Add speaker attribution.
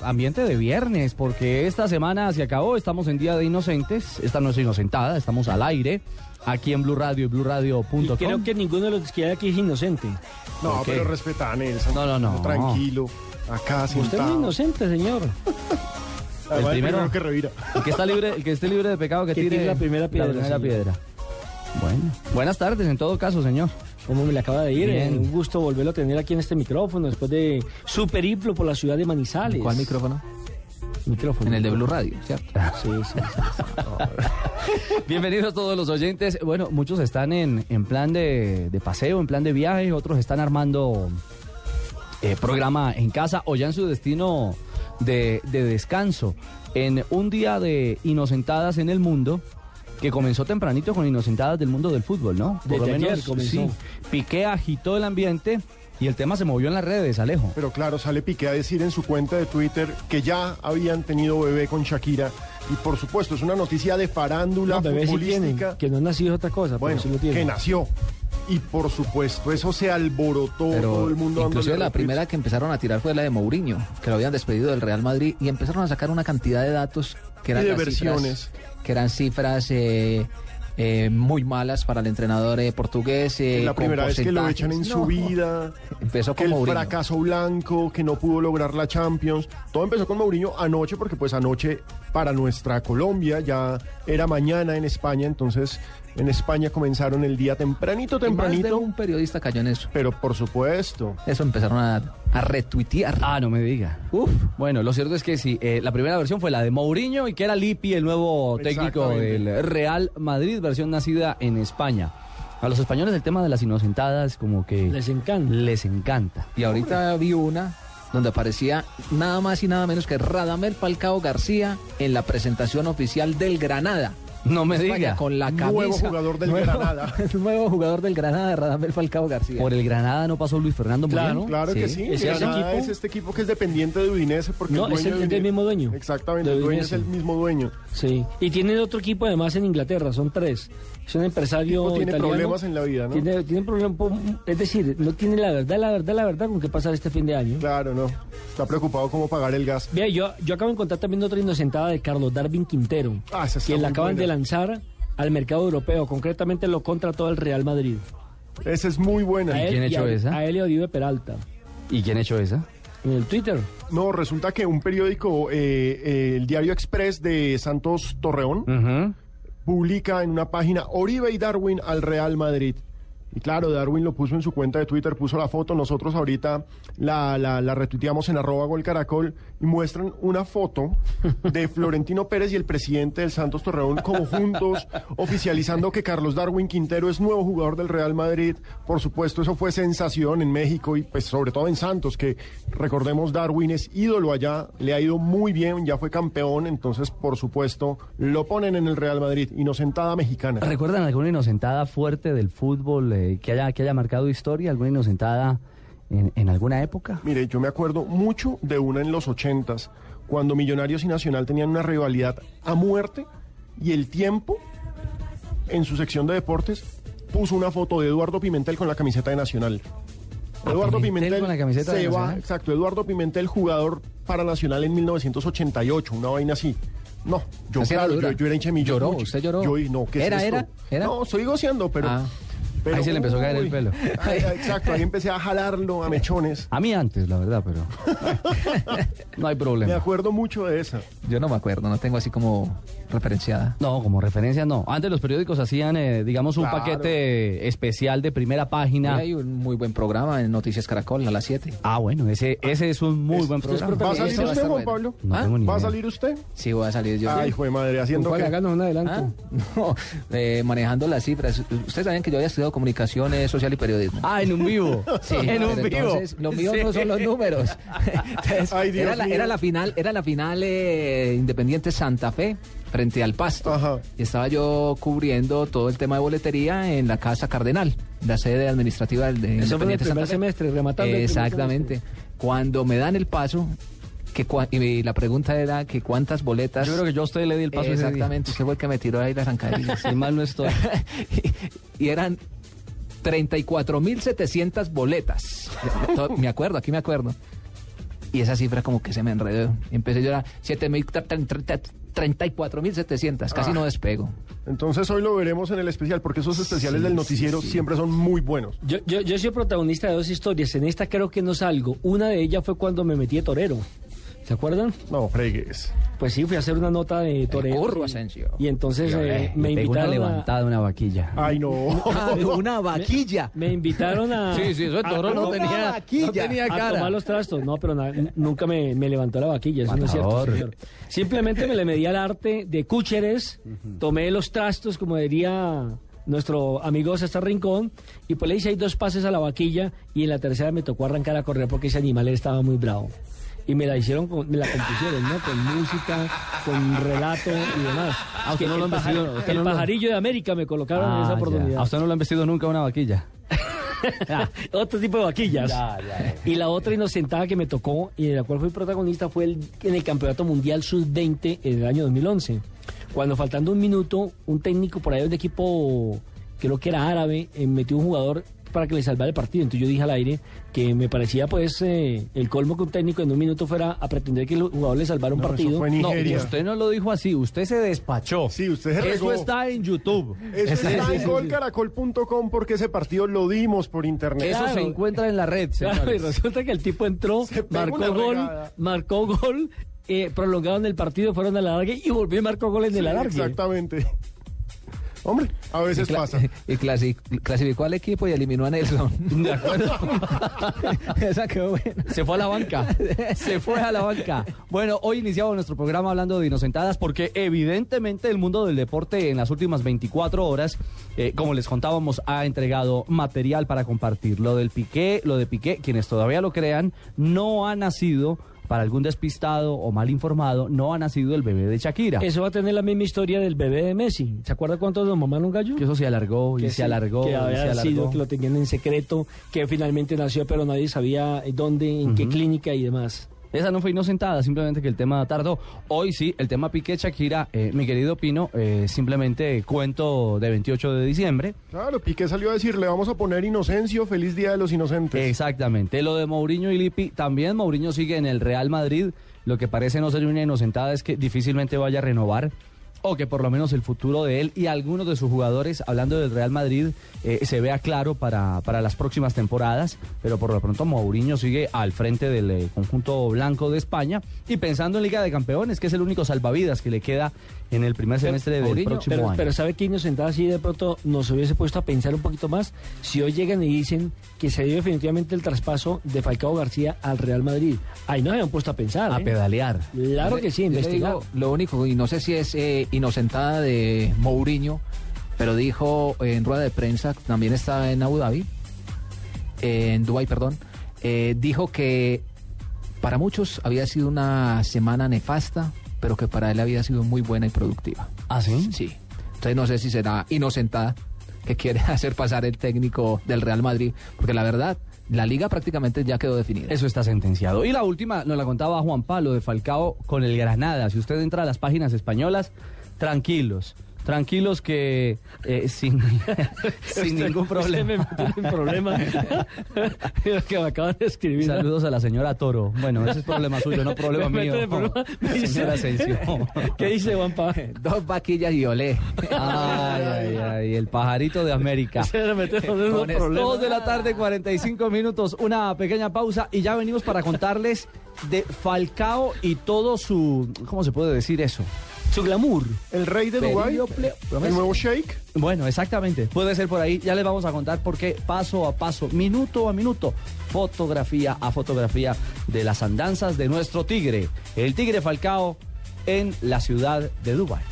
Speaker 1: Ambiente de viernes, porque esta semana se acabó, estamos en Día de Inocentes, esta no es Inocentada, estamos al aire, aquí en Blue Radio y
Speaker 2: Y
Speaker 1: BlueRadio.com.
Speaker 2: creo que ninguno de los que hay aquí es inocente.
Speaker 1: ¿Por
Speaker 3: No,
Speaker 1: qué?
Speaker 3: pero respeta a Nelson.
Speaker 1: No, no, no.
Speaker 3: Tranquilo. Acá
Speaker 2: Usted es
Speaker 3: sentado.
Speaker 2: inocente, señor.
Speaker 3: Además,
Speaker 1: El
Speaker 3: el
Speaker 1: primero.
Speaker 3: primero. que revira.
Speaker 1: El que, está libre, el que esté libre de pecado que,
Speaker 2: Que
Speaker 1: tire
Speaker 2: tire la primera piedra,
Speaker 1: primera
Speaker 2: señor.
Speaker 1: piedra. Bueno, buenas tardes en todo caso, señor.
Speaker 2: Como me le acaba de ir, eh,
Speaker 1: Bien.
Speaker 2: un gusto volverlo a tener aquí en este micrófono después de su periplo por la ciudad de Manizales.
Speaker 4: ¿Cuál micrófono?
Speaker 2: micrófono?
Speaker 1: En el de Blue Radio, ¿cierto?
Speaker 2: Sí, sí, sí.
Speaker 1: Bienvenidos todos los oyentes. Bueno, muchos están en, en plan de, de paseo, en plan de viaje, otros están armando eh, programa en casa o ya en su destino de, de descanso. En un día de inocentadas en el mundo, que comenzó tempranito con inocentadas del mundo del fútbol, ¿no?
Speaker 2: Desde ayer comenzó.
Speaker 1: sí, Piqué agitó el ambiente y el tema se movió en las redes, Alejo.
Speaker 3: Pero claro, sale Piqué a decir en su cuenta de Twitter que ya habían tenido bebé con Shakira. Y por supuesto, es una noticia de farándula
Speaker 2: Los bebés sí tienen,
Speaker 3: futbolística.
Speaker 2: que no han nacido es otra cosa,
Speaker 3: bueno,
Speaker 2: pero sí lo
Speaker 3: que
Speaker 2: tienen.
Speaker 3: nació. Y por supuesto, eso se alborotó todo el mundo. dándole
Speaker 4: inclusive la
Speaker 3: retweets.
Speaker 4: primera que empezaron a tirar fue la de Mourinho, que lo habían despedido del Real Madrid y empezaron a sacar una cantidad de datos que eran
Speaker 3: Y de
Speaker 4: las cifras-
Speaker 3: versiones.
Speaker 4: que eran cifras eh, eh, muy malas para el entrenador eh, portugués. eh,
Speaker 3: Que la
Speaker 4: con
Speaker 3: primera vez que lo
Speaker 4: porcentajes.
Speaker 3: echan en su
Speaker 4: No.
Speaker 3: vida.
Speaker 4: Empezó
Speaker 3: que
Speaker 4: con
Speaker 3: el
Speaker 4: Mourinho.
Speaker 3: fracaso blanco, que no pudo lograr la Champions. Todo empezó con Mourinho anoche, porque pues anoche para nuestra Colombia ya era mañana en España, entonces en España comenzaron el día tempranito,
Speaker 4: Y más de
Speaker 3: tempranito.
Speaker 4: un periodista cayó en eso.
Speaker 3: Pero por supuesto,
Speaker 4: Eso empezaron a, a retuitear.
Speaker 1: Ah, no me diga.
Speaker 4: Uf.
Speaker 1: Bueno, lo cierto es que sí, eh, la primera versión fue la de Mourinho y que era Lippi, el nuevo técnico
Speaker 3: Exactamente.
Speaker 1: del Real Madrid, versión nacida en España. A los españoles el tema de las inocentadas como que
Speaker 2: Les encanta.
Speaker 1: les encanta.
Speaker 4: Y ahorita vi una donde aparecía nada más y nada menos que Radamel Falcao García en la presentación oficial del Granada.
Speaker 1: No me
Speaker 4: España,
Speaker 1: diga.
Speaker 4: Con la camisa.
Speaker 3: nuevo jugador del
Speaker 4: Nuevo-
Speaker 3: Granada.
Speaker 4: nuevo jugador del Granada, Radamel Falcao García.
Speaker 1: Por el Granada no pasó Luis Fernando
Speaker 2: Claro,
Speaker 1: Muriel.
Speaker 3: Claro que sí,
Speaker 2: ¿Es ese
Speaker 3: Granada
Speaker 2: equipo?
Speaker 3: es este equipo que es dependiente de Udinese porque
Speaker 2: No, es
Speaker 3: dueño
Speaker 2: el-
Speaker 3: de
Speaker 2: es del
Speaker 3: Udine-
Speaker 2: mismo dueño.
Speaker 3: Exactamente,
Speaker 2: De
Speaker 3: el dueño es
Speaker 2: Udinese.
Speaker 3: el mismo dueño.
Speaker 2: Sí. Y tiene otro equipo además en Inglaterra, son tres. Es un empresario
Speaker 3: Tipo, tiene
Speaker 2: italiano.
Speaker 3: problemas en la vida, ¿no?
Speaker 2: Tiene, tiene problemas, es decir, no tiene la verdad, la verdad, la verdad con qué pasar este fin de año.
Speaker 3: Claro, no. Está preocupado cómo pagar el gas.
Speaker 2: Vea, yo, yo acabo de encontrar también otra inocentada de Carlos Darwin Quintero,
Speaker 3: Ah, esa está
Speaker 2: quien la
Speaker 3: muy
Speaker 2: acaban
Speaker 3: buena.
Speaker 2: de lanzar al mercado europeo, concretamente lo contrató el Real Madrid.
Speaker 3: Esa es muy buena.
Speaker 2: A
Speaker 1: quién
Speaker 2: y
Speaker 1: echó
Speaker 2: a,
Speaker 1: esa?
Speaker 2: A él y a Oribe Peralta,
Speaker 1: ¿Y quién echó esa?
Speaker 2: en el Twitter.
Speaker 3: No, resulta que un periódico, eh, eh, el Diario Express de Santos Torreón,
Speaker 1: Mm.
Speaker 3: publica en una página Oribe y Darwin al Real Madrid. Y claro, Darwin lo puso en su cuenta de Twitter, puso la foto, nosotros ahorita la, la, la retuiteamos en arroba gol caracol y muestran una foto de Florentino Pérez y el presidente del Santos Torreón como juntos, oficializando que Carlos Darwin Quintero es nuevo jugador del Real Madrid. Por supuesto, eso fue sensación en México y pues sobre todo en Santos, que recordemos Darwin es ídolo allá, le ha ido muy bien, ya fue campeón, entonces por supuesto lo ponen en el Real Madrid, inocentada mexicana.
Speaker 1: ¿Recuerdan alguna inocentada fuerte del fútbol eh, que, haya, que haya marcado historia? ¿Alguna inocentada en, en alguna época?
Speaker 3: Mire, yo me acuerdo mucho de una en los ochentas, cuando Millonarios y Nacional tenían una rivalidad a muerte y el tiempo, en su sección de deportes, puso una foto de Eduardo Pimentel con la camiseta de Nacional.
Speaker 1: Ah,
Speaker 3: Eduardo
Speaker 1: Pimentel
Speaker 3: Pimentel,
Speaker 1: con la camiseta
Speaker 3: se
Speaker 1: de
Speaker 3: va,
Speaker 1: Nacional.
Speaker 3: exacto, Eduardo Pimentel, jugador para Nacional en 1988, una vaina así. No, yo,
Speaker 4: Así era
Speaker 3: claro,
Speaker 4: dura.
Speaker 3: yo, yo era hincha de
Speaker 4: Lloró,
Speaker 3: Millonarios.
Speaker 4: usted lloró.
Speaker 3: Yo, no, ¿qué es
Speaker 4: ¿Era,
Speaker 3: esto?
Speaker 4: era, era?
Speaker 3: No, estoy gociando, pero,
Speaker 4: Ah.
Speaker 3: pero-
Speaker 1: Ahí se le empezó a caer el
Speaker 3: uy.
Speaker 1: pelo.
Speaker 3: Ay, exacto, ahí empecé a jalarlo a mechones.
Speaker 1: A mí antes, la verdad, pero no hay
Speaker 3: Me
Speaker 1: problema.
Speaker 3: acuerdo mucho de esa.
Speaker 4: Yo no me acuerdo, no tengo así como referenciada.
Speaker 1: No, como referencia no. Antes los periódicos hacían, eh, digamos, un
Speaker 3: Claro.
Speaker 1: paquete especial de primera página.
Speaker 4: Hay un muy buen programa en Noticias Caracol a las 7.
Speaker 1: Ah, bueno, ese, ese es un muy buen
Speaker 2: esto es
Speaker 1: programa.
Speaker 3: ¿Va a
Speaker 4: Eso
Speaker 3: salir
Speaker 4: va a
Speaker 3: usted,
Speaker 4: estar
Speaker 3: Juan
Speaker 4: bueno. ¿Ah?
Speaker 3: Pablo?
Speaker 1: No tengo ni
Speaker 3: ¿Va a
Speaker 1: idea.
Speaker 3: salir usted?
Speaker 4: Sí, voy a salir yo.
Speaker 3: Ay, hijo de madre, haciendo
Speaker 2: ¿Cuál
Speaker 3: que...
Speaker 2: hagamos un
Speaker 4: Ah,
Speaker 2: adelanto?
Speaker 4: no, eh, manejando las cifras. Ustedes saben que yo había estudiado comunicaciones, social y periodismo.
Speaker 1: Ah, en un vivo. Sí, en
Speaker 4: pero
Speaker 1: un vivo.
Speaker 4: Entonces, lo mío
Speaker 1: Sí.
Speaker 4: no son los números. Entonces,
Speaker 3: Ay, Dios
Speaker 4: era, la,
Speaker 3: mío.
Speaker 4: era la final, era la final eh, Independiente Santa Fe frente al Pasto.
Speaker 3: Ajá.
Speaker 4: Y estaba yo cubriendo todo el tema de boletería en la Casa Cardenal, la sede administrativa del de
Speaker 2: Eso fue en el
Speaker 4: Independiente
Speaker 2: primer
Speaker 4: Santa Fe.
Speaker 2: semestre, rematando el primer
Speaker 4: Exactamente. Cuando me dan el paso, que cua- y la pregunta era que cuántas boletas.
Speaker 1: Yo creo que yo a usted le di el paso ese día.
Speaker 4: Exactamente, ese fue el que me tiró ahí la zancadilla.
Speaker 1: Si mal no estoy.
Speaker 4: y eran 34.700 boletas. To- Me acuerdo, aquí me acuerdo. Y esa cifra como que se me enredó. Empecé yo a 34.700, casi no despego.
Speaker 3: Entonces hoy lo veremos en el especial, porque esos especiales del noticiero siempre son muy buenos.
Speaker 2: Yo, yo, yo soy protagonista de dos historias. En esta creo que no salgo. Una de ellas fue cuando me metí de torero. ¿Se acuerdan?
Speaker 3: No, fregues.
Speaker 2: Pues sí, fui a hacer una nota de torero.
Speaker 4: burro
Speaker 2: y-
Speaker 4: Asensio.
Speaker 2: Y entonces
Speaker 4: Y ahora,
Speaker 2: eh,
Speaker 4: eh,
Speaker 2: me
Speaker 1: Le pegó una
Speaker 2: invitaron a,
Speaker 1: levantada, una vaquilla.
Speaker 3: Ay, no.
Speaker 4: una vaquilla.
Speaker 2: Me invitaron a.
Speaker 4: Sí, sí, eso el
Speaker 2: a-
Speaker 4: toro no
Speaker 2: a-
Speaker 4: tenía- no tenía
Speaker 2: a
Speaker 4: cara.
Speaker 2: tomar los trastos. No, pero na- nunca me, me levantó la vaquilla, eso no es cierto.
Speaker 1: Matador.
Speaker 2: señor. Simplemente me le medí al arte de cúcheres, tomé los trastos, como diría nuestro amigo César Rincón, y pues le hice ahí dos pases a la vaquilla, y en la tercera me tocó arrancar a correr porque ese animal estaba muy bravo. Y me la hicieron, con- me la compusieron, ¿no? Con música, con relato y demás.
Speaker 1: Ah, usted no
Speaker 2: el
Speaker 1: lo han
Speaker 2: pajar-
Speaker 1: vestido, usted
Speaker 2: el
Speaker 1: no lo-
Speaker 2: pajarillo de América me colocaron en
Speaker 1: Ah,
Speaker 2: esa
Speaker 1: ya.
Speaker 2: oportunidad.
Speaker 1: ¿A usted no le han vestido nunca una vaquilla?
Speaker 2: Otro tipo de vaquillas.
Speaker 1: Ya, ya,
Speaker 2: Y la otra inocentada que me tocó y de la cual fui protagonista fue el- en el Campeonato Mundial Sub-20 en el año 2011. Cuando faltando un minuto, un técnico por ahí de un equipo, creo que era árabe, eh, metió un jugador para que le salvara el partido. Entonces yo dije al aire que me parecía pues eh, el colmo que un técnico en un minuto fuera a pretender que el jugador le salvara un
Speaker 3: No, eso
Speaker 2: partido.
Speaker 3: fue en
Speaker 1: No,
Speaker 3: Nigeria.
Speaker 1: usted no lo dijo así, usted se despachó.
Speaker 3: Sí, usted se regó.
Speaker 1: Eso está en YouTube.
Speaker 3: Eso
Speaker 1: Sí,
Speaker 3: está
Speaker 1: sí,
Speaker 3: en
Speaker 1: sí.
Speaker 3: golcaracol.com porque ese partido lo dimos por internet.
Speaker 1: Eso
Speaker 2: Claro.
Speaker 1: se encuentra en la red,
Speaker 2: Claro, y
Speaker 1: señores.
Speaker 2: resulta que el tipo entró,
Speaker 3: Se pegó
Speaker 2: marcó
Speaker 3: una
Speaker 2: gol,
Speaker 3: regada.
Speaker 2: marcó gol, eh, prolongaron el partido, fueron al alargue y volvió y marcó gol en el
Speaker 3: Sí,
Speaker 2: alargue.
Speaker 3: Exactamente. Hombre, a veces
Speaker 4: Cla-
Speaker 3: pasa.
Speaker 4: Y clasi- clasificó al equipo y eliminó a Nelson.
Speaker 1: De acuerdo.
Speaker 4: Esa quedó buena.
Speaker 1: Se fue a la banca. Se fue a la banca. Bueno, hoy iniciamos nuestro programa hablando de inocentadas porque evidentemente el mundo del deporte en las últimas 24 horas, eh, como les contábamos, ha entregado material para compartir. Lo del Piqué, lo de Piqué, quienes todavía lo crean, no ha nacido, para algún despistado o mal informado, no ha nacido el bebé de Shakira.
Speaker 2: Eso va a tener la misma historia del bebé de Messi. ¿Se acuerda cuánto nos mamaron gallo?
Speaker 1: Que eso se alargó y
Speaker 2: Que
Speaker 1: se
Speaker 2: sí,
Speaker 1: alargó.
Speaker 2: Que
Speaker 1: y se
Speaker 2: había
Speaker 1: alargó.
Speaker 2: sido, que lo tenían en secreto, que finalmente nació, pero nadie sabía eh, dónde, en qué clínica y demás.
Speaker 1: Esa no fue inocentada, simplemente que el tema tardó. Hoy sí, el tema Piqué Shakira, eh, mi querido Pino, eh, simplemente cuento de 28 de diciembre.
Speaker 3: Claro, Piqué salió a decir, le vamos a poner Inocencio, feliz día de los inocentes.
Speaker 1: Exactamente. Lo de Mourinho y Lippi, también Mourinho sigue en el Real Madrid. Lo que parece no ser una inocentada es que difícilmente vaya a renovar o que por lo menos el futuro de él y algunos de sus jugadores, hablando del Real Madrid, eh, se vea claro para, para las próximas temporadas. Pero por lo pronto Mourinho sigue al frente del eh, conjunto blanco de España y pensando en Liga de Campeones, que es el único salvavidas que le queda en el primer semestre del
Speaker 4: Mourinho,
Speaker 1: próximo
Speaker 2: Pero,
Speaker 1: año.
Speaker 2: pero ¿sabe qué inocentada así de pronto nos hubiese puesto a pensar un poquito más? Si hoy llegan y dicen que se dio definitivamente el traspaso de Falcao García al Real Madrid. Ahí nos habían puesto a pensar.
Speaker 1: a
Speaker 2: ¿eh?
Speaker 1: pedalear.
Speaker 2: Claro que sí,
Speaker 4: Yo le
Speaker 2: investigado.
Speaker 4: digo, Lo único, y no sé si es eh, inocentada de Mourinho, pero dijo en rueda de prensa, también está en Abu Dhabi, eh, en Dubái, perdón, eh, dijo que para muchos había sido una semana nefasta, pero que para él había sido muy buena y productiva.
Speaker 1: ¿Ah, sí?
Speaker 4: Sí. Entonces no sé si será inocentada que quiere hacer pasar el técnico del Real Madrid, porque la verdad, la liga prácticamente ya quedó definida.
Speaker 1: Eso está sentenciado. Y la última nos la contaba Juan Pablo de Falcao con el Granada. Si usted entra a las páginas españolas, tranquilos. Tranquilos que eh, sin, sin
Speaker 2: Usted-
Speaker 1: ningún
Speaker 2: usted me
Speaker 1: problema.
Speaker 2: metió en problema. Lo que me acaban de escribir. ¿no?
Speaker 1: Saludos a la señora Toro. Bueno, ese es problema suyo, no problema
Speaker 2: Me
Speaker 1: mío.
Speaker 2: meten en problema. Me dice-
Speaker 1: Señora Asensio.
Speaker 2: ¿Qué dice Juan Pablo?
Speaker 4: Dos vaquillas y olé.
Speaker 1: Ay, ay, ay, el pajarito de América.
Speaker 2: Se le metió en un
Speaker 4: Con esto-
Speaker 2: problema.
Speaker 1: Dos de la tarde, 45 minutos, una pequeña pausa y ya venimos para contarles de Falcao y todo su, ¿cómo se puede decir eso?
Speaker 2: Su glamour.
Speaker 3: El rey de Dubái,
Speaker 1: Periople-
Speaker 3: el nuevo Sheikh.
Speaker 1: Bueno, exactamente. Puede ser por ahí. Ya les vamos a contar por qué paso a paso, minuto a minuto, fotografía a fotografía de las andanzas de nuestro tigre, el tigre Falcao, en la ciudad de Dubái.